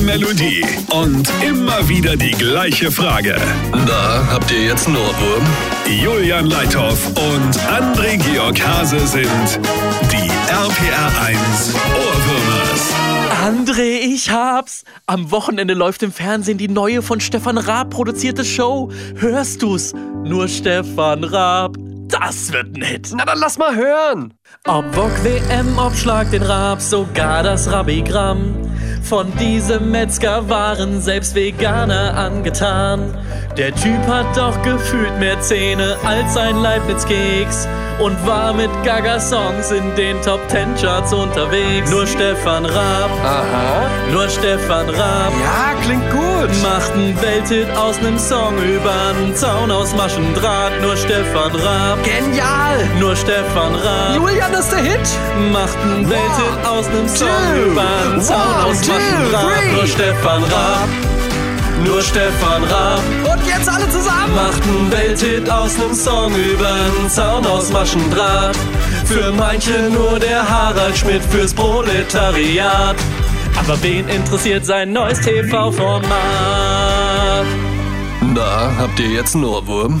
Melodie und immer wieder die gleiche Frage. Na, habt ihr jetzt einen Ohrwurm? Julian Leithoff und André Georg Hase sind die RPR1 Ohrwürmers. André, ich hab's! Am Wochenende läuft im Fernsehen die neue von Stefan Raab produzierte Show. Hörst du's? Nur Stefan Raab. Das wird ein Hit. Na dann lass mal hören. Ob Bock WM, ob Schlag den Raab, sogar das Rabigramm. Von diesem Metzger waren selbst Veganer angetan. Der Typ hat doch gefühlt mehr Zähne als ein Leibniz-Keks und war mit Gaga-Songs in den Top 10 Charts unterwegs. Nur Stefan Raab, Aha. nur Stefan Raab. Ja, klingt gut. Macht ein Welthit aus nem Song übern Zaun aus Maschendraht. Nur Stefan Raab, Genial. nur Stefan Raab. Julian, das ist der Hit. Macht ein Welthit aus nem Song two, übern Zaun one, aus two, Maschendraht. three. Nur Stefan Raab, nur Stefan Raab. Und jetzt alle zusammen. Macht ein Welthit aus nem Song übern Zaun aus Maschendraht. Für manche nur der Harald Schmidt fürs Proletariat. Aber wen interessiert sein neues TV-Format? Na, habt ihr jetzt einen Ohrwurm?